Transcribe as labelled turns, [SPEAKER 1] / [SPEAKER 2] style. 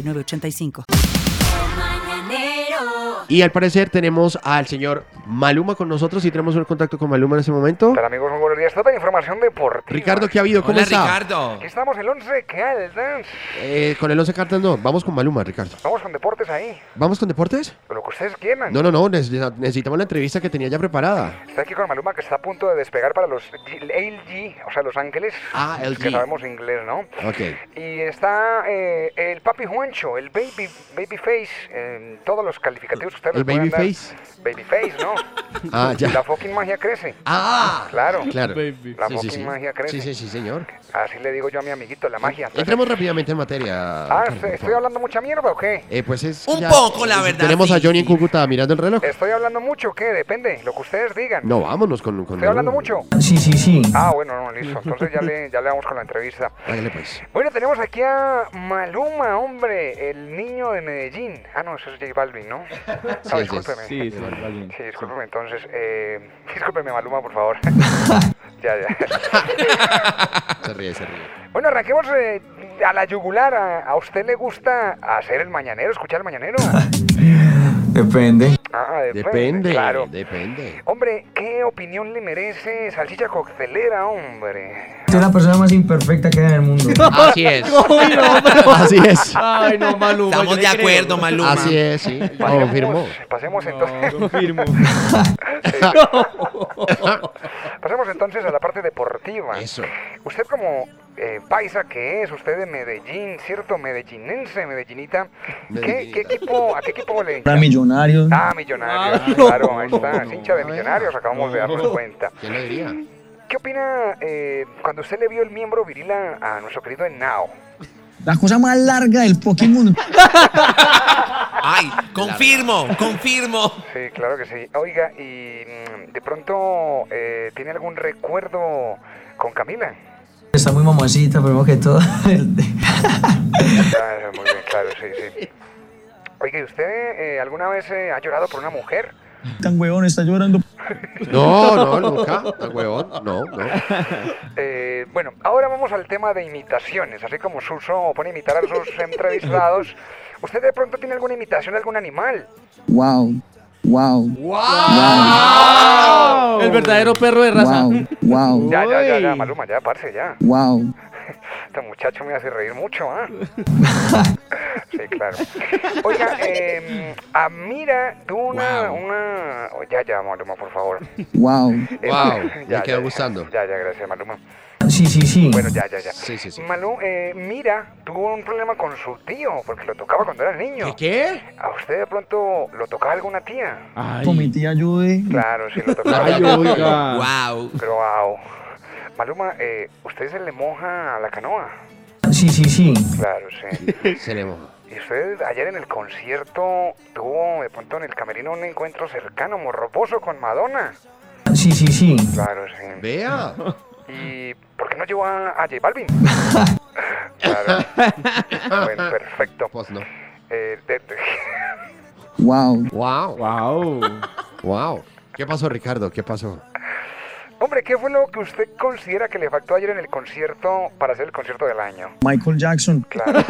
[SPEAKER 1] 985.
[SPEAKER 2] Y al parecer tenemos al señor Maluma con nosotros y tenemos un contacto con Maluma en ese momento.
[SPEAKER 3] Hola amigos, muy buenos días. Toda la información deportiva.
[SPEAKER 2] Ricardo, ¿qué ha habido? ¿Cómo
[SPEAKER 4] Hola,
[SPEAKER 2] está?
[SPEAKER 4] Ricardo.
[SPEAKER 3] Aquí estamos el 11, ¿qué altas?
[SPEAKER 2] Eh, con el 11 cartas no, vamos con Maluma, Ricardo.
[SPEAKER 3] Vamos con deportes ahí,
[SPEAKER 2] ¿Vamos con deportes?
[SPEAKER 3] con lo que ustedes quieran.
[SPEAKER 2] No, no, no, neces- necesitamos la entrevista que tenía ya preparada.
[SPEAKER 3] Está aquí con Maluma que está a punto de despegar para los G- LG, o sea, Los Ángeles.
[SPEAKER 2] Ah,
[SPEAKER 3] Que
[SPEAKER 2] LG.
[SPEAKER 3] sabemos inglés, ¿no?
[SPEAKER 2] Ok.
[SPEAKER 3] Y está eh, el papi Juancho, el baby, babyface, eh, todos los calificativos que ustedes
[SPEAKER 2] ¿El
[SPEAKER 3] le puedan dar.
[SPEAKER 2] babyface?
[SPEAKER 3] Babyface, ¿no?
[SPEAKER 2] Ah, ya.
[SPEAKER 3] La fucking magia crece.
[SPEAKER 2] Ah,
[SPEAKER 3] Claro.
[SPEAKER 2] claro.
[SPEAKER 3] La
[SPEAKER 2] Sí, sí,
[SPEAKER 3] fucking
[SPEAKER 2] sí.
[SPEAKER 3] magia
[SPEAKER 2] Sí,
[SPEAKER 3] crece.
[SPEAKER 2] sí, sí, señor.
[SPEAKER 3] Así le digo yo a mi amiguito, la magia.
[SPEAKER 2] Entremos rápidamente en materia.
[SPEAKER 3] ah,
[SPEAKER 2] Ricardo, por
[SPEAKER 3] ¿estoy
[SPEAKER 2] favor.
[SPEAKER 3] hablando mucha mierda o qué?
[SPEAKER 2] Eh, pues es
[SPEAKER 4] Un poco, la verdad,
[SPEAKER 2] Tenemos a
[SPEAKER 4] sí.
[SPEAKER 2] Johnny en Cúcuta mirando el reloj.
[SPEAKER 3] ¿Estoy hablando mucho o qué? Depende, lo que ustedes digan.
[SPEAKER 2] No, vámonos con. con
[SPEAKER 3] ¿Estoy hablando
[SPEAKER 2] Maluma.
[SPEAKER 3] mucho?
[SPEAKER 5] Sí, sí, sí.
[SPEAKER 3] Ah, bueno, no, listo. Entonces ya le, ya le vamos con la entrevista.
[SPEAKER 2] Hágale pues.
[SPEAKER 3] Bueno, tenemos aquí a Maluma, hombre, el niño de Medellín. Ah, no, eso es J Balvin, ¿no?
[SPEAKER 2] Sí,
[SPEAKER 3] Ah,
[SPEAKER 2] sí,
[SPEAKER 3] discúlpeme. Sí,
[SPEAKER 5] Sí, sí, está bien.
[SPEAKER 3] discúlpeme, entonces. Eh, discúlpeme, Maluma, por favor. ya, ya.
[SPEAKER 2] Se ríe, se ríe.
[SPEAKER 3] Bueno, arranquemos eh, a la yugular. ¿A, a usted le gusta hacer el mañanero, escuchar el mañanero?
[SPEAKER 5] Depende.
[SPEAKER 3] Ah,
[SPEAKER 2] Depende,
[SPEAKER 3] Claro.
[SPEAKER 2] depende.
[SPEAKER 3] Hombre, ¿qué opinión le merece Salchicha Coctelera, hombre?
[SPEAKER 5] Soy la persona más imperfecta que hay en el mundo.
[SPEAKER 2] Así es. Así es.
[SPEAKER 6] Ay, no, pues, Maluma.
[SPEAKER 4] Estamos de acuerdo, Maluma.
[SPEAKER 2] Así es, sí. Confirmó.
[SPEAKER 3] Pasemos entonces.
[SPEAKER 6] No, confirmo.
[SPEAKER 3] Pasemos entonces a la parte deportiva.
[SPEAKER 2] Eso.
[SPEAKER 3] Usted como eh, paisa que es, usted de Medellín, ¿cierto? Medellinense, medellinita. ¿Qué,
[SPEAKER 2] Medellín.
[SPEAKER 3] qué equipo, ¿A qué equipo le
[SPEAKER 5] Para millonarios.
[SPEAKER 3] Ah, millonarios,
[SPEAKER 6] Ah,
[SPEAKER 3] claro,
[SPEAKER 6] no,
[SPEAKER 3] ahí está, es
[SPEAKER 6] no,
[SPEAKER 3] hincha de
[SPEAKER 2] no,
[SPEAKER 3] millonarios, acabamos de darnos
[SPEAKER 6] no.
[SPEAKER 3] cuenta.
[SPEAKER 2] ¿Quién lo diría?
[SPEAKER 3] ¿Qué opina eh, cuando usted le vio el miembro viril a, a nuestro querido Henao?
[SPEAKER 5] La cosa más larga del Pokémon.
[SPEAKER 4] Ay, confirmo, confirmo.
[SPEAKER 3] Sí, claro que sí. Oiga, y mm, de pronto, eh, ¿tiene algún recuerdo con Camila?
[SPEAKER 5] Está muy mamacita, primero que todo.
[SPEAKER 3] Ah, muy bien, claro, sí, sí. Oiga, ¿y usted eh, alguna vez eh, ha llorado por una mujer?
[SPEAKER 5] Tan huevón, está llorando.
[SPEAKER 2] No, no, nunca. Tan huevón. No, no.
[SPEAKER 3] Eh, bueno, ahora vamos al tema de imitaciones. Así como Suso pone a imitar a sus entrevistados, ¿usted de pronto tiene alguna imitación de algún animal?
[SPEAKER 5] Wow. Wow.
[SPEAKER 2] Ah.
[SPEAKER 6] El verdadero perro de raza.
[SPEAKER 5] Wow. Wow.
[SPEAKER 3] Ya, ya, ya, ya,
[SPEAKER 6] Uy.
[SPEAKER 3] Maluma, ya, parce, ya.
[SPEAKER 5] Wow.
[SPEAKER 3] Este muchacho me hace reír mucho, ¿ah? sí, claro. Oiga, eh, Amira Duna,
[SPEAKER 2] Wow.
[SPEAKER 3] una... oh, ya, ya, Maluma, por favor.
[SPEAKER 5] Wow.
[SPEAKER 2] Wow, me
[SPEAKER 3] Ya,
[SPEAKER 2] quedó
[SPEAKER 3] ya,
[SPEAKER 2] gustando.
[SPEAKER 3] Ya, ya, gracias, Maluma.
[SPEAKER 5] Sí, sí, sí.
[SPEAKER 3] Bueno, ya, ya, ya.
[SPEAKER 2] Sí, sí, sí.
[SPEAKER 3] Malú, eh, mira, tuvo un problema con su tío, porque lo tocaba cuando era niño.
[SPEAKER 2] ¿Qué? Ah.
[SPEAKER 3] ¿A usted de pronto lo tocaba alguna tía?
[SPEAKER 5] Con mi tía Jude.
[SPEAKER 3] Claro, sí, lo tocaba.
[SPEAKER 2] Ay,
[SPEAKER 6] oiga.
[SPEAKER 4] Wow.
[SPEAKER 3] Pero, wow. Maluma, eh, ¿usted se le moja a la canoa?
[SPEAKER 5] Sí, sí, sí.
[SPEAKER 3] Claro, sí.
[SPEAKER 2] Se le mojó.
[SPEAKER 3] ¿Y usted ayer en el concierto tuvo de pronto en el camerino un encuentro cercano, morroboso con Madonna?
[SPEAKER 5] Sí, sí, sí.
[SPEAKER 3] Claro, sí.
[SPEAKER 2] Vea.
[SPEAKER 3] ¿Y por qué no llevó a, a J Balvin? claro. Bueno, perfecto.
[SPEAKER 2] Pues no.
[SPEAKER 3] Eh, de- de-
[SPEAKER 5] Wow.
[SPEAKER 2] Wow,
[SPEAKER 6] Wow.
[SPEAKER 2] wow. ¿Qué pasó, Ricardo? ¿Qué pasó?
[SPEAKER 3] Hombre, ¿qué fue lo que usted considera que le faltó ayer en el concierto para hacer el concierto del año?
[SPEAKER 5] Michael Jackson.
[SPEAKER 3] Claro.